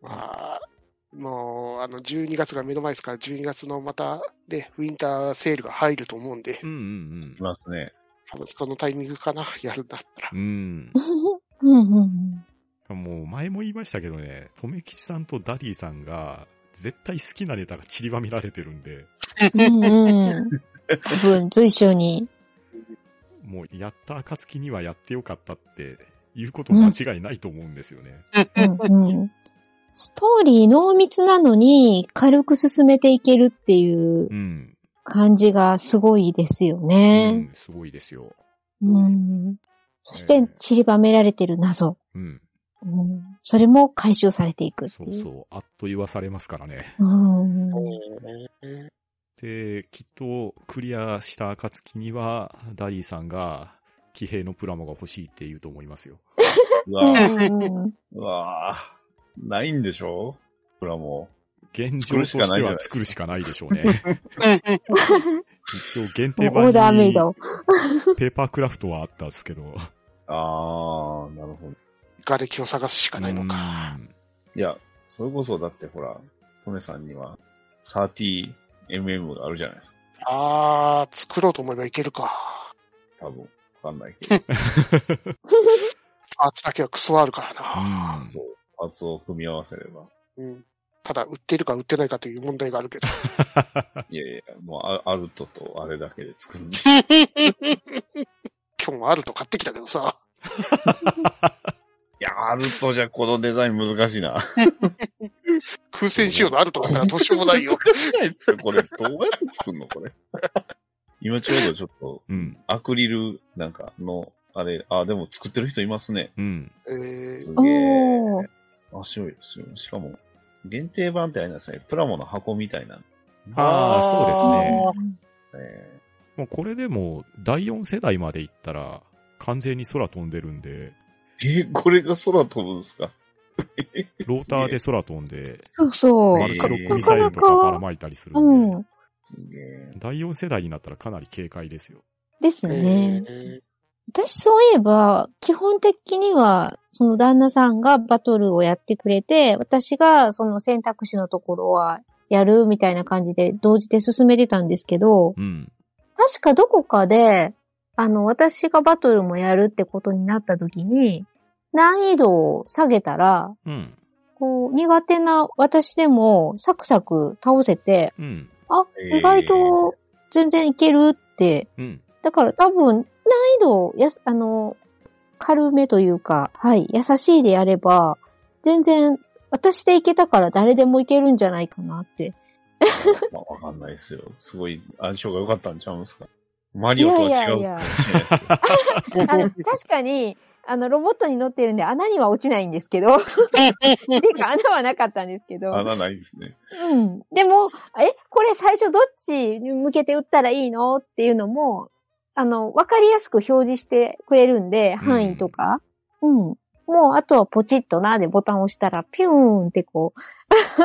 C: まあ、もう、あの、12月が目の前ですから、12月のまた、ね、ウィンターセールが入ると思うんで
B: う、ん
D: ーいますね。
C: 多分そのタイミングかな、 やるんだったら
B: うんう。ん。
A: うんうんうん。
B: うん。もう前も言いましたけどね、とめきちさんとダディさんが、絶対好きなネタが散りばめられてるんで、
A: うんうん。多分、随所に。
B: もうやった暁にはやってよかったって、いうこと間違いないと思うんですよね。
A: うんうん。ストーリー濃密なのに、軽く進めていけるっていう
B: うん。
A: 感じがすごいですよ
B: う
A: ね。
B: ん、すごいですよ。
A: うん。そし
B: え
A: て
B: え、
A: 散りばめられてる謎。
B: うん。
A: うん。それも回収されていくって
B: そ
A: いう
B: うそう。あっと言わされますからね。
A: うん。
C: え
B: で、きっとクリアした暁には、ダリーさんが、騎兵のプラモが欲しいって言うと思いますよ。
D: う
A: う
D: わぁ、
A: んうん
D: うわぁ、ないんでしょこれはも
B: 現状としては作るしかないで しょうね。一応限定
A: もうオーダー
B: 版
A: メイ
B: に、
A: ド。
B: ペーパークラフトはあったんですけど。
D: う。あー、なるほど。
C: 瓦礫を探すしかないのか。
B: うん
D: いや、それこそだってほら、トメさんには 30mm があるじゃないですか。
C: あー、作ろうと思えばいけるか。
D: 多分。わかんない けど。
C: パーツだけはクソあるからな。
B: うん
D: そう。パーツを組み合わせれば。
C: うんただ、売ってるか売ってないかという問題があるけど。
D: いやいや、もうあアルトとあれだけで作る んで。
C: 今日もあると買ってきたけどさ。
D: いや、アルトじゃこのデザイン難しいな。
C: 空戦仕様のあるとだからどうしようもない よ。
D: 難しないですよ、これ。どうやって作るの、これ。今ちょうどちょっと、
B: うん。
D: アクリルなんかの、あれ、あ、でも作ってる人いますね。
B: うん。
C: えー
D: すげえ。
A: おー。
D: あ、白いですよ。しかも、限定版ってあれなんですね。プラモの箱みたいなんで
B: ああ、そうですね。
D: すね。
B: もうこれでも、第4世代まで行ったら、完全に空飛んでるんで、
D: えー、これが空飛ぶんですか
B: ローターで空飛んで、
A: そうそう。
B: マルチロックミ
A: なか
B: サイ
A: な
B: ル
A: か
B: とかばらまいたりする
A: う
B: んで、
A: ん。
D: すげえ。
B: 第4世代になったらかなり警戒ですよ。
A: ですね。
C: え
A: 私そういえば、基本的には、その旦那さんがバトルをやってくれて、私がその選択肢のところはやるみたいな感じで同時で進めてたんですけど、
B: うん。
A: 確かどこかで、あの、私がバトルもやるってことになった時に、難易度を下げたら、
B: うん。
A: こう、苦手な私でもサクサク倒せて、
B: うん。
A: あ、
D: えー
A: 意外と全然いけるって
B: うん。
A: だから多分、難易度をやす、あの、軽めというか、はい、優しいでやれば、全然、私でいけたから誰でもいけるんじゃないかなって。
D: まあ、わかんないですよ。すごい相性が良かったんちゃうんですかマ
A: い
D: リオ
A: や
D: と
A: い
D: は
A: や
D: 違
A: いうや。
D: じゃないですよ。
A: あ の、確かに、あの、ロボットに乗ってるんで穴には落ちないんですけど、でか穴はなかったんですけど。
D: 穴ないですね。
A: うん。でも、え、これ最初どっちに向けて打ったらいいのっていうのも、あの、わかりやすく表示してくれるんで、範囲とか。うん。もう、あとはポチッとなでボタンを押したら、ピューンってこう、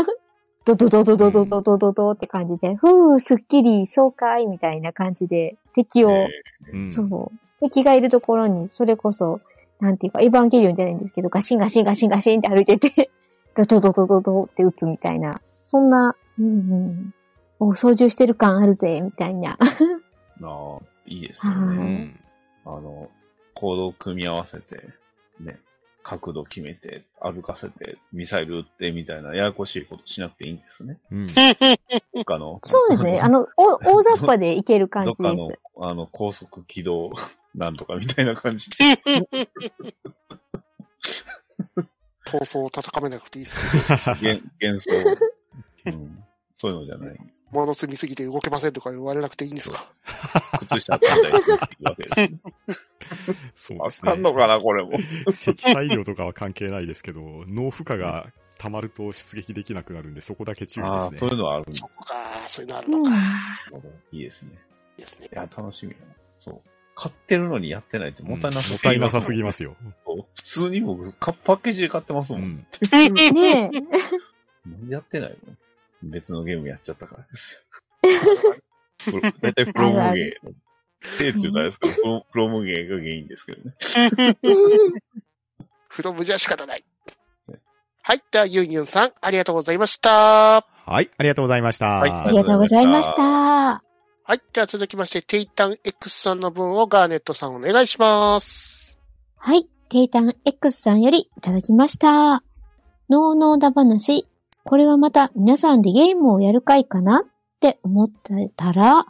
A: ドドドドドドドドドドって感じで、ふう、すっきり、爽快、みたいな感じで、敵を
D: え
B: うん。
A: そう。敵がいるところに、それこそ、なんていうか、エヴァンゲリオンじゃないんですけど、ガシンガシンガシンガシンって歩いてて、 ドドドドドドって打つみたいな、そんな、うんうん、お操縦してる感あるぜ、みたいな。
D: ーなあ、いいですよ
A: は
B: う
A: い
D: ね。
B: ん。
D: あの、行動組み合わせて、ね、角度決めて、歩かせて、ミサイル撃ってみたいな、ややこしいことしなくていいんですね。
B: うん。
D: 他の、
A: そうです ね。あの、お大雑把でいける感
D: どっ
A: じ
D: か
A: で
D: の
A: す。、
D: あの、高速軌道、なんとかみたいな 感じで。
C: 闘争を戦めなくていいですね。
D: 幻幻想、うん。そういうのじゃない。
C: 物積みすぎて動けませんとか言われなくていいんですか。
D: 靴下とみたいにしてるわけです。
B: そ う
D: わ
B: です
D: か
B: ね
D: ん。のかな、これも。
B: 積載量とかは関係ないですけど、脳負荷が溜まると出撃できなくなるんで、そこだけ注意
D: ああ、
B: です
D: そう
B: ね
D: い。うのはあるんです
C: そこか、そういうのある
A: う
C: の
A: ん
C: か。
D: いいですね。
C: ですね
D: い。や、楽しみだな。そう。買ってるのにやってないってもったいなさ
B: も
D: す
B: っ
D: ぎ
B: た
D: る
B: いなさすぎますよ。
D: 普通に僕、かパッケージで買ってます
B: う
D: もん。
B: ん。
A: ねえ。
D: なんでやってないの別のゲームやっちゃったからですよ。 プロ大体プロムゲー。せいって言ったらあれですけど、プロプロムゲーが原因ですけどね。
C: フロムじゃ仕方ない
D: はい。
C: はい。では、ユンユンさん、ありがとうございました。
B: はい、ありがとうございました。
D: は い
A: ありがとうございました。
C: はい。では続きまして、テイタン X さんの分をガーネットさんお願いします。
A: はい。テイタン X さんよりいただきました。ノーノーだ話。これはまた皆さんでゲームをやる会かなって思ってたら、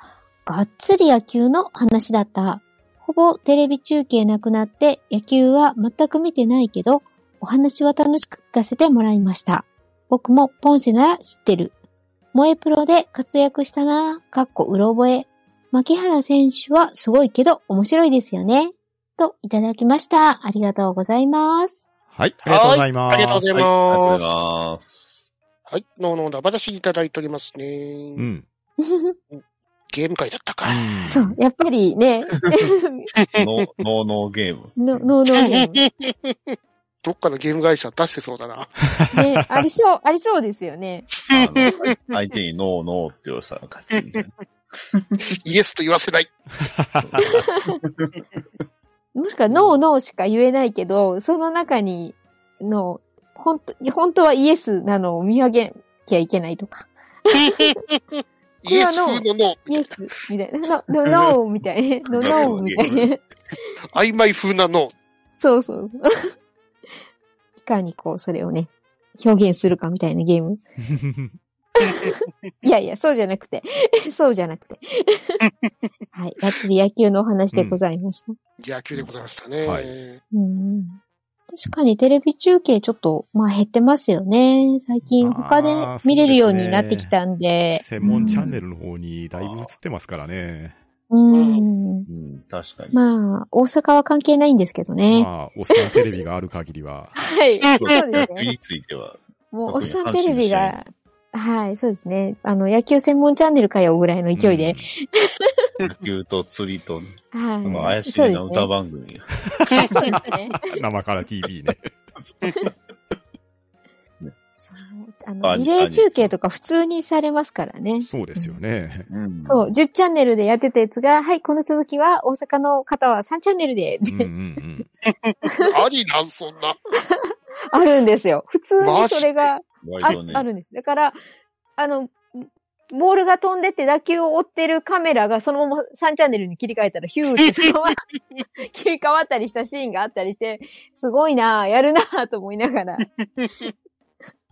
A: がっつり野球の話だった。ほぼテレビ中継なくなって野球は全く見てないけど、お話は楽しく聞かせてもらいました。僕もポンセなら知ってる。萌えプロで活躍したな、かっこうろ覚え。牧原選手はすごいけど面白いですよね。といただきました。ありがとうございます。
B: はい、ありがとうございます。
C: ありがとうございます。
D: はいありがとうございます。
C: はい。ノーノーダバダシいただいておりますね。
B: うん。
C: ゲーム会だったか。
B: ん
A: そう、。やっぱりね、
D: ノーノーノーゲーム。
A: のノーノーゲーム。
C: どっかのゲーム会社出してそうだな。
A: ね、ありそう、ありそうですよね。
D: あ の相手にノーノーって言わせたら勝ちみたいな。
C: イエスと言わせない。
A: もしくは、ノーノーしか言えないけど、その中に、の、本当本当はイエスなのを見分けなきゃいけないとか。
C: イエス風のノ
A: イエスみたいな。ノ、ノノーみた いな。ノノーみたいな。
C: ー。曖昧風なノー。
A: そうそう。 いかにこう、それをね、表現するかみたいなゲーム。いやいや、そうじゃなくて。 そうじゃな くて。はい。がっつり野球のお話でございました。
C: 野球でございましたね。
B: はい
A: うん確かにテレビ中継ちょっと、まあ減ってますよね。最近他で
B: まあ
A: 見れるようになってきたんで。
B: 専門チャンネルの方にだいぶ映ってますからね。
A: うん。
D: うん、確かに。
A: まあ、大阪は関係ないんですけどね。
B: まあ、おっさんテレビがある限りは。
A: はい。そうです
D: 野球
A: ね。
D: については、
A: もう、おっ
D: 特に
A: さんテレビが、はい、そうですね。あの、野球専門チャンネルかよぐらいの 勢いで。
D: 野球と釣りと、あの、
A: は
D: 怪
A: い。
D: し
A: そう
D: い
A: で
D: な
A: す
D: 歌
A: ね。
D: 番組。
A: はいそうですね。
B: うん。生から TV ね。
A: そうあの、リレー中継とか普通にされますからね。
B: そうですよね。
D: うん
A: そう、10チャンネルでやってたやつが、はい、この続きは大阪の方は3チャンネルで、
B: うんうんうん。
C: ありなん、そんな。
A: あるんですよ。普通
C: マ
A: に
C: ジで
A: それがあ,、
D: 割とね、
A: あるんです。だから、あの、ボールが飛んでって打球を追ってるカメラがそのまま3チャンネルに切り替えたらヒューってそのまま 切り替わったりしたシーンがあったりして、すごいなぁ、やるなぁと思いながら。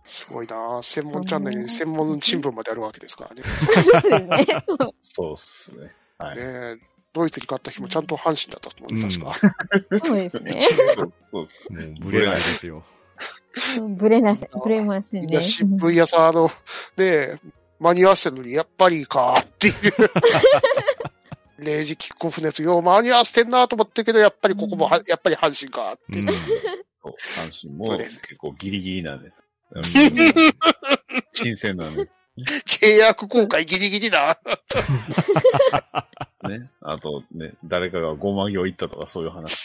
C: すごいな専門チャンネルに専門新聞まであるわけですからね。
A: そうですね。
D: そうっすね。はい。
C: ねえドイツに勝った日もちゃんと阪神だったと思うね、確か。
A: そうです ね。
D: そうそうっす
B: もうブレないですよ。
A: うんぶれなせ、ぶれません
C: みん
A: ね
C: な。新聞屋さん、あ の、ねえ、間に合わせてるのに、やっぱりか、っていう。 0時キックオフのやつ、よう間に合わせてんなと思ったけど、やっぱりここもは、やっぱり阪神か。
B: うん。
D: そう阪神
C: そう
D: も
C: です
D: 結構ギリギリなんで。うん新鮮なね。
C: 契約今回ギリギリだ。
D: ね。あとね、誰かがごま行行ったとかそういう話。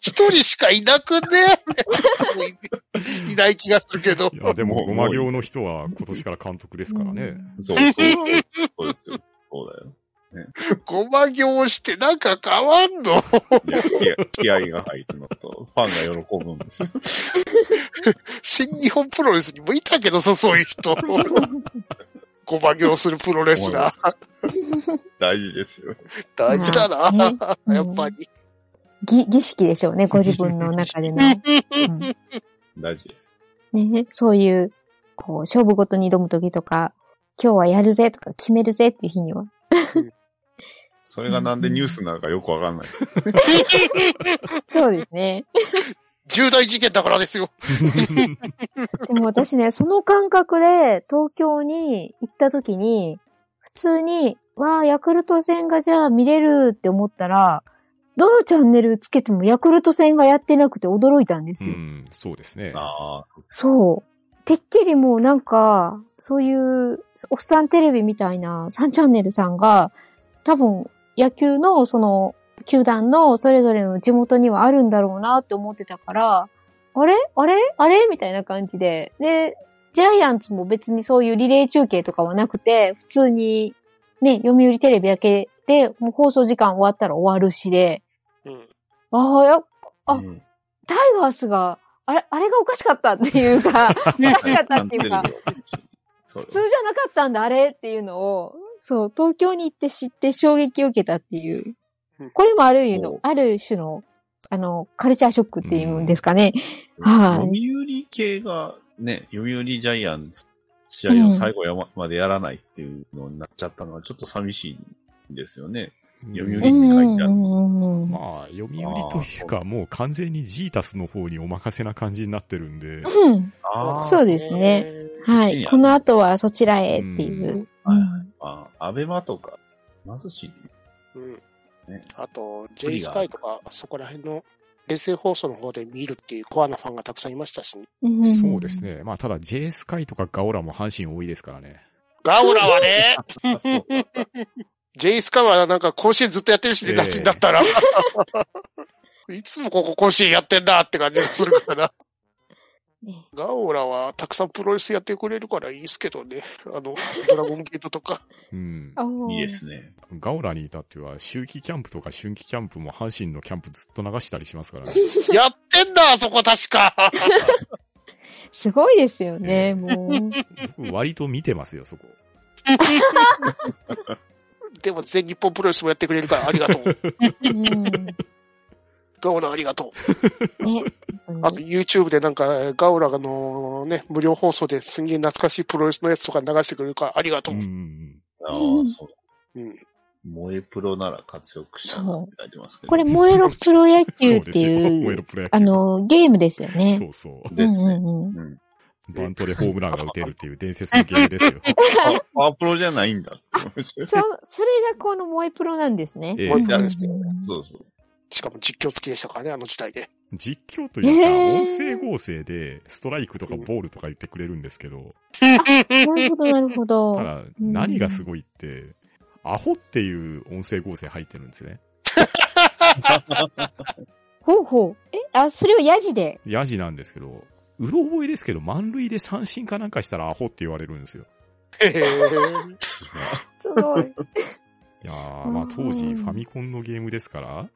C: 一人しかいな くね。もういいない気がするけど。
B: いや、でも、
D: もう
B: ごま行の人は今年から監督ですからね。
D: そう、そう、そうですよ。そうだよ。
C: ごま行してなんか変わんの
D: いや気合気合が入るのと、ファンが喜ぶんですよ。
C: 新日本プロレスにもいたけど、そうそういう 人。ごま行するプロレスラー。
D: 大事ですよ。
C: 大事だな、
A: ねうん
C: やっぱり。
A: ぎ儀式でしょうね、ご自分の中での。
D: 大事です。
A: うんね、そういう、こう、勝負ごとに挑む時とか、今日はやるぜとか決めるぜっていう日には。
D: それがなんでニュースなのかよくわかんないです。
A: そうですね。
C: 重大事件だからですよ。
A: でも私ね、その感覚で東京に行った時に、普通に、わあ、ヤクルト戦がじゃあ見れるって思ったら、どのチャンネルつけてもヤクルト戦がやってなくて驚いたんです
B: う
A: よ。
B: ん、そうですね。
D: ああ、
A: そう。てっきりもうなんか、そういう、おっさんテレビみたいな3チャンネルさんが、多分野球のその、球団のそれぞれの地元にはあるんだろうなって思ってたから、あれあれあれみたいな感じで。で、ジャイアンツも別にそういうリレー中継とかはなくて、普通に、ね、読売テレビだけで、もう放送時間終わったら終わるしで、
C: うん
A: ああ、やっあ
D: うん
A: タイガースが、あれ、あれがおかしかったっていうか、おかしかったっていうか、
D: そう
A: 普通じゃなかったんだ、あれっていうのを、そう、東京に行って知って衝撃を受けたっていう
C: うん。
A: これもある意味
D: お
A: の
D: う、
A: ある種の、あの、カルチャーショックっていうんですかね。は
D: 読
A: い
D: 売系がね、読売ジャイアンツ試合を最後までやらないっていうのになっちゃったのはちょっと寂しいんですよね。読売
A: う
D: て
A: ん
D: 書
A: う
D: いてある
A: んうんうん。
B: まあ、読売というか、もう完全にジータスの方にお任せな感じになってるんで、
A: うん
D: あ
A: そうですね。は
D: こっちに
A: い。
D: ある
A: この後はそちらへっていう。
D: うん
A: うん
D: あ、アベマとか、ますし、
C: うん
D: ね
C: あと、J スカイとか、そこら辺の衛星放送の方で見るっていうコアなファンがたくさんいましたし、ね、
A: うん
B: そうです。ね。まあ、ただ J スカイとかガオラも阪神多いですからね。
C: ガオラは ね、
D: あそう
C: J スカイはなんか甲子園ずっとやってるしね、
B: ええ
C: 夏にな ったら。いつもここ甲子園やってんなって感じがするか
A: ね
C: ら。ガオラはたくさんプロレスやってくれるからいいですけどね。あの、ドラゴンゲートと か。
B: うん。
A: おー
D: いいですね。
B: ガオラに至っては、秋季キャンプとか春季キャンプも阪神のキャンプずっと流したりしますから ね。
C: やってんだ、あそこ確か。
A: すごいですよね、
B: ええ
A: もう。
B: 僕割と見てますよ、そこ。
C: でも全日本プロレスもやってくれるからありがとう。
A: うん。ね。
C: ガオラありがとう。
A: 本当
C: あ
A: に
C: と YouTube でなんか、ガオラがのね、無料放送ですんげえ懐かしいプロレスのやつとか流してくれるからありが
B: う
C: とう。
B: んう
C: うん。
B: ん
D: ああ、そう。萌えプロなら活躍したなって書いてますけど。
A: これ、燃えろプロ野
B: うん。そ
A: 球
B: う
A: っ
B: で
A: て
B: す
A: い
B: よ。燃え
A: う
B: る、プロ野球。
A: あ、の、ゲームですよね。
B: そうそう。
D: ですね。
A: うんうんうん
D: うん。
B: バントでホームランが打てるっていう伝説のゲームですよ。
D: あパワープロじゃないんだって思いました
A: そ、それがこの萌えプロなんですね。
B: ええ
C: もう一回あれですよ
A: う
D: そうそう。
C: しかも実況付きでしたからね、あの時代で。
B: 実況というか、
A: えー
B: 音声合成で、ストライクとかボールとか言ってくれるんですけど、
A: んなるほど、なるほど。
B: ただ、
A: うん
B: 何がすごいって、アホっていう音声合成入ってるんですね。
A: ほうほう。え、あ、それをヤジで。
B: ヤジなんですけど、うろ覚えですけど、満塁で三振かなんかしたらアホって言われるんですよ。
D: すごい
A: すごい。
B: いやー、ま
A: う
B: あ
A: ん
B: 当時ファミコンのゲームですから、
A: うんうん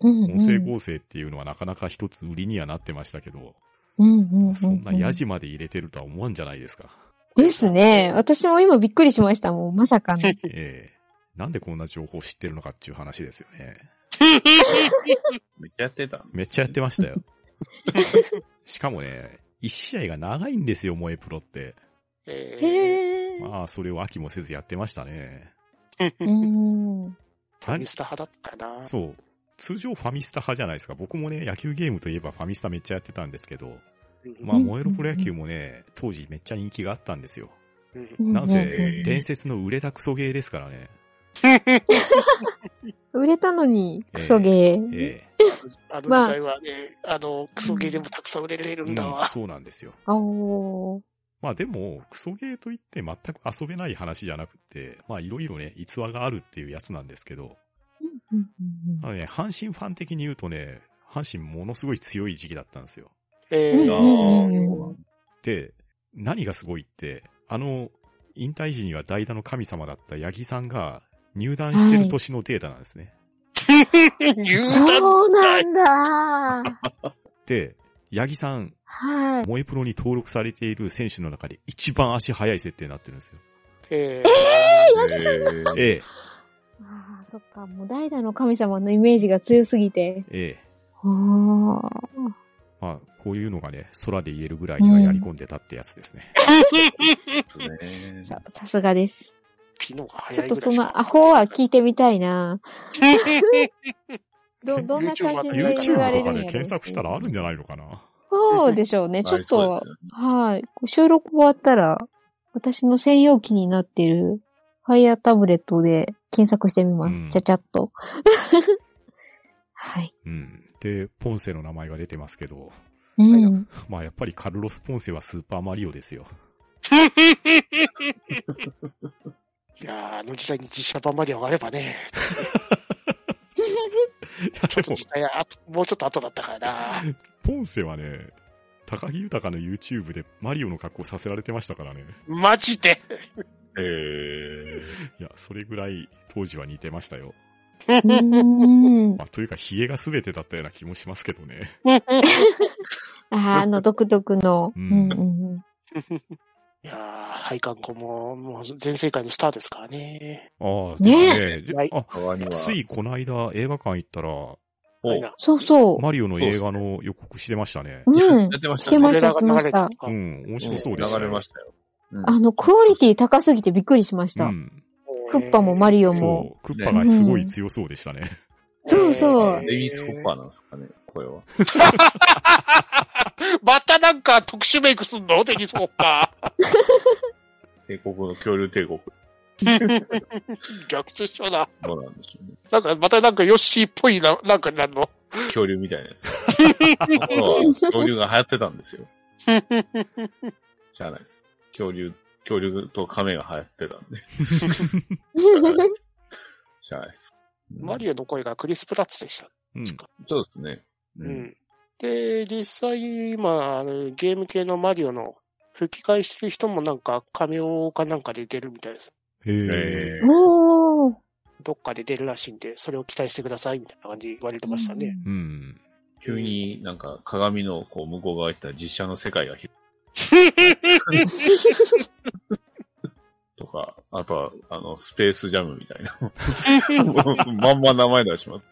B: 音声合成っていうのはなかなか一つ売りにはなってましたけど、
A: うんうんうん。
B: そんなヤジまで入れてるとは思わんじゃないですか。
A: ですね。私も今びっくりしました。もうまさかの。
B: ええなんでこんな情報知ってるのかっていう話ですよね。
D: めっちゃやってたんですね
B: めっちゃやってましたよ。しかもね、一試合が長いんですよ、萌えプロって。
C: え
A: へー。
B: まあ、それを飽きもせずやってましたね。
A: う
C: ー。
A: ん。
C: ファミスタ派だったかな。
B: そう。通常ファミスタ派じゃないですか。僕もね、野球ゲームといえばファミスタめっちゃやってたんですけど、まあ、
A: うん
B: 燃えろプロ野球もね、当時めっちゃ人気があったんですよ。
C: うん
A: うん
B: なん
A: うん
B: せ、伝説の売れたクソゲーですからね。
A: 売れたのに、クソゲー。
B: え
C: あの時
A: まあ
C: 代はね、あの、クソゲーでもたくさん売れれ
B: え
C: るんだ
B: うん
C: わ。
B: そうなんですよ。
A: おー。
B: まあでも、クソゲーといって全く遊べない話じゃなくて、まあいろいろね、逸話があるっていうやつなんですけど、
A: うんうんうん
B: あのね、阪神ファン的に言うとね、阪神ものすごい強い時期だったんですよ。
C: え
A: うん
C: ー
D: ああ、
A: うん
D: そうなんだ
B: で、何がすごいって、あの、引退時には代打の神様だった八木さんが入団してる年のデータなんですね。
C: 入団
A: そうなんだ。
B: で、八木さん、
A: はい。
B: 萌えプロに登録されている選手の中で一番足速い設定になってるんですよ。
C: え
D: ええ
B: え
A: ああ、そっか。もう代打の神様のイメージが強すぎて。
B: え、ええ。
A: はあ。
B: まあ、こういうのがね、空で言えるぐらいにはやり込んでたってやつですね。
D: ですね。
A: さ、さすがです。
C: ピノが
A: ちょ
C: 早
A: っ
C: い
A: と
C: ぐら
A: そ
C: いし
A: の
C: か。
A: アホは 聞いてみたいな。ど、どんな
C: YouTube
A: 感じ
C: え
A: で
B: YouTube
A: 言われ
B: と
A: る
B: か
A: ん
B: で
A: やろ
B: 検索したらあるんじゃないのかな。
A: そうでしょうね。ちょっ
D: そうで
A: と、はい。収録終わったら、私の専用機になってる、ファイアタブレットで検索してみます。
B: うん
A: ちゃちゃっと。 はい。
B: うん。で、ポンセの名前が出てますけど、
A: うん。
B: まあやっぱりカルロス・ポンセはスーパーマリオですよ。
C: いやーあの時代に実写版まで上がればね、
B: いや
C: ちょ
B: で
C: っと
B: も、
C: 時代はあともうちょっと後だったからな。
B: ポンセはね、高木豊の YouTube でマリオの格好させられてましたからね。
C: マジで。
D: すね。え
B: いや、それぐらい当時は似てましたよ。
A: うん。
B: まあ、というか、髭が全てだったような気もしますけどね。
A: あーあの、独特の。
B: う
A: うんんうんうん。
C: いやー、配管後も、もう全世界のスターですからね。
B: ああ、
A: ね
B: ですね。で
C: はい
B: あ、
D: え。川には。
B: ついこの間映画館行ったら、
D: お
C: はいな
A: そうそう。
B: マリオの映画の予告してましたね。
A: うん
D: や。ってまし
A: して
D: た
A: ま
D: ね
A: し。た、してま
C: れ
A: したた
C: んです。か
B: うん、面白そうでした
D: 流
B: よ。
D: れましたよ。うん
A: あの、クオリティ高すぎてびっくりしました。
B: うん。
A: クッパもマリオも。
B: そう、クッパがすごい強そうでしたね。
A: そうそ
C: え
A: う。
D: デビス・コッパーなんですかね、声は。
C: またなんか特殊メイクすんのデニスコッパー。
D: 帝国の恐竜帝国。
C: 逆転しような。
D: どうなんでしょうね。
C: なんか、またなんかヨッシーっぽいな、なんかになるの。
D: 恐竜みたいな やつ。頃は恐竜が流行ってたんですよ。しゃあないです。恐竜、恐竜と亀が流行ってたんで。しゃあないです。
C: マリオの声がクリス・プラッツでした。
B: うん。
D: そうですね。う。
C: うんん。で、実際今、あのゲーム系のマリオの吹き替えしてる人もなんか、仮名かなんかで出るみたいです。
B: へえ。
A: おー。
C: どっかで出るらしいんで、それを期待してくださいみたいな感じ言われてました ね。
B: うん。
D: 急になんか鏡のこう向こう側行ったら実写の世界が広とか、あとは、あの、スペースジャムみたいな。 まんま名前出します。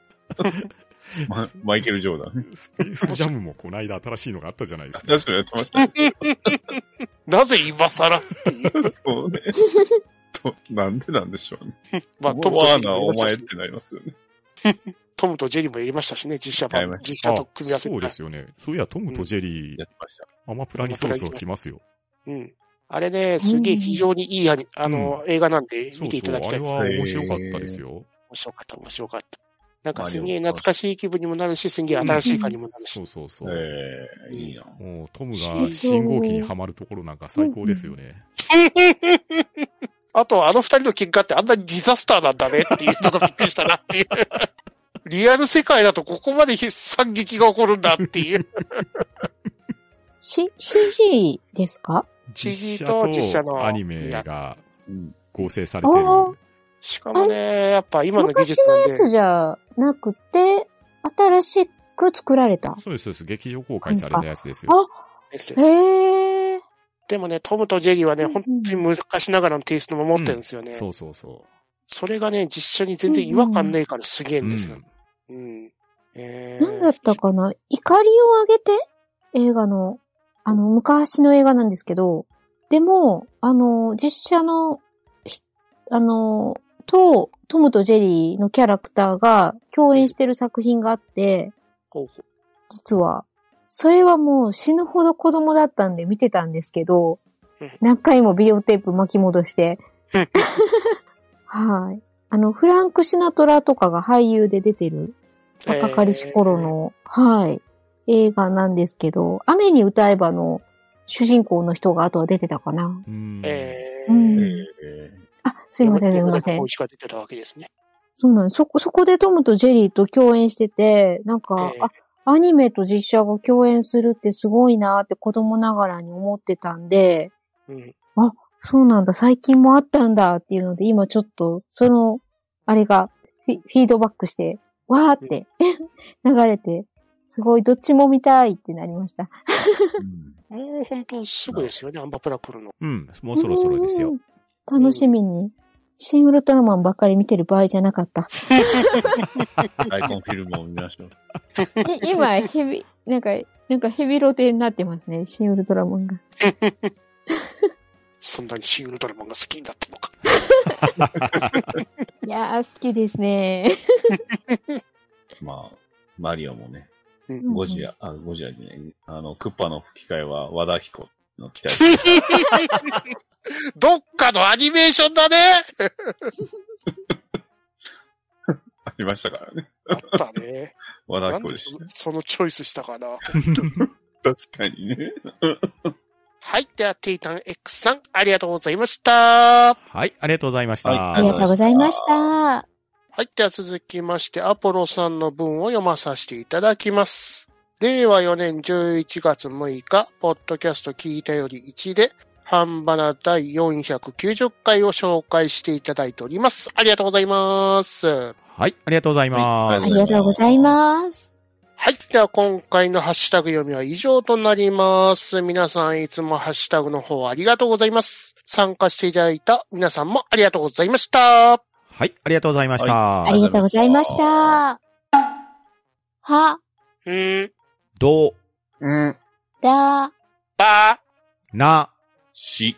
D: まマイケル・ジョーダン。
B: スペースジャムもこないだ新しいのがあったじゃないですか。
D: 確かにやってましたね。
C: なぜ今更
D: そうね。となんでなんでしょうね。
C: まあ、
D: ワ
C: トムとジェ
D: ー
C: リー
D: ナー
C: も
D: お
C: やりまし
D: 前った
C: して
D: なりますよね。
C: トムとジェリーもやりましたしね、実写
D: やり
C: 版
D: ま、し
C: 実
B: あ
C: 写と組み合わせて
B: そうですよね。そういや、トムとジェリー
D: やっ、てました。
B: アマプラにそろそろ来ますよ。
C: うん。あれね、すげえ非常にいいアニあの、映画なんで
B: そ
C: 見
B: う
C: てい
B: そ
C: た
B: う、あ
C: だきた
B: れ
C: いです。
B: は面白かったですよ。
C: 面白かった、面白かった。なんか
D: マリ
C: す
D: オ
C: げえ懐かしい気分にもなるし、すげえ新しい感じにもなるし
B: そ。うそうそう。
D: ええいいな。
B: もう、トムが信号機にはまるところなんか最高ですよね。
C: あと、あの二人の喧嘩ってあんなにディザスターなんだねっていうのがびっくりしたなっていう。リアル世界だとここまで惨劇が起こるんだっていう。
A: C、CG ですか
B: 実写
C: CG と実写
B: と
C: の
B: アニメが
D: うん。
B: 合成されてる。
A: あ
C: しかもね、やっぱ今の技
A: 昔
C: 術
A: の
C: なん
A: やつ
C: で、
A: じゃなくて、新しく作られた。
B: そうです、そうです。劇場公開されたやつです
A: あ
B: よ。
C: ですよ
A: へえ。
C: でもね、トムとジェリーはね、
A: うんうん
C: 本当に昔ながらのテイストも持ってるんですよね。
B: そうそうそ
C: それがね、実写に全然違和感ないからすげえ
B: う。うん
C: ですよ
B: ん。。
C: うん。えー
A: なんだったかな怒りをあげて映画の、あの、昔の映画なんですけど、でも、あの、実写の、ひあの、と、トムとジェリーのキャラクターが共演してる作品があって、
C: ほうほう
A: 実は。それはもう死ぬほど子供だったんで見てたんですけど
C: うん、
A: 何回もビデオテープ巻き戻して。はい。あの、フランク・シナトラとかが俳優で出てる若かりし頃の、はい、映画なんですけど、雨に歌えばの主人公の人があとは出てたかな。
B: うん。
C: えー。
A: うん
C: えー
A: あ、すいません、すいません
C: 山田孝。一が出てたわけですね。
A: そうなんです。そこ、そこでトムとジェリーと共演してて、なんか、
C: えー
A: あ、アニメと実写が共演するってすごいなって子供ながらに思ってたんで、
C: うん。
A: そうなんだ、最近もあったんだっていうので、今ちょっと、その、あれがフィ、フィードバックして、わーって、 流れて、すごい、どっちも見たいってなりました。
D: うん
C: もう本当すぐですよね、アンバプラ来るの。
B: うん。もうそろそろです
A: う
B: よ。
A: ん。楽しみに。シン・ウルトラマンばっかり見てる場合じゃなかった。
D: アイコンフィルムを見ましょう。
A: い今、ヘビ、なんか、なんかヘビロテになってますね、シン・ウルトラマンが。
C: そんなにシン・ウルトラマンが好きになったのか。
A: いやー、好きですね。
D: まあ、マリオもね、
C: うん
D: ゴジラ、あ、ゴジラじゃない、あの、クッパの吹き替えは和田彦の期待。
C: どっかのアニメーションだね
D: ありましたからね。
C: あった ね。
D: 和田
C: な
D: ア
C: ん
D: キ子
C: で
D: でし
C: そ
D: たね。
C: そのチョイスしたかな。
D: 確かにね。
C: はい。では、テイタン X さん、ありがとうございました。は
B: はい、ありがとうございました。
D: は
A: あ
D: い
A: りがとうございました。
C: い。では、続きまして、アポロさんの文を読まさせていただきます。令和4年11月6日、ポッドキャスト聞いたより1で、半ばな第490回を紹介していただいております。ありがとうございます。
B: はい、ありがとうございま
A: あ
D: あ
B: す。
A: り
D: り
A: が
D: が
A: とう
D: とう
A: ご
D: ご
A: ざ
D: ざ
A: い
D: い
A: ます。
C: はい。では、今回のハッシュタグ読みは以上となります。皆さん、いつもハッシュタグの方ありがとうございます。参加していただいた皆さんもありがとうございました。
B: はい、ありがとうございました。
A: あ
D: は
A: りがとうございました。は、
C: うーん、
B: ど、
D: うん。
A: だ、
C: ばー。
B: な、
D: し。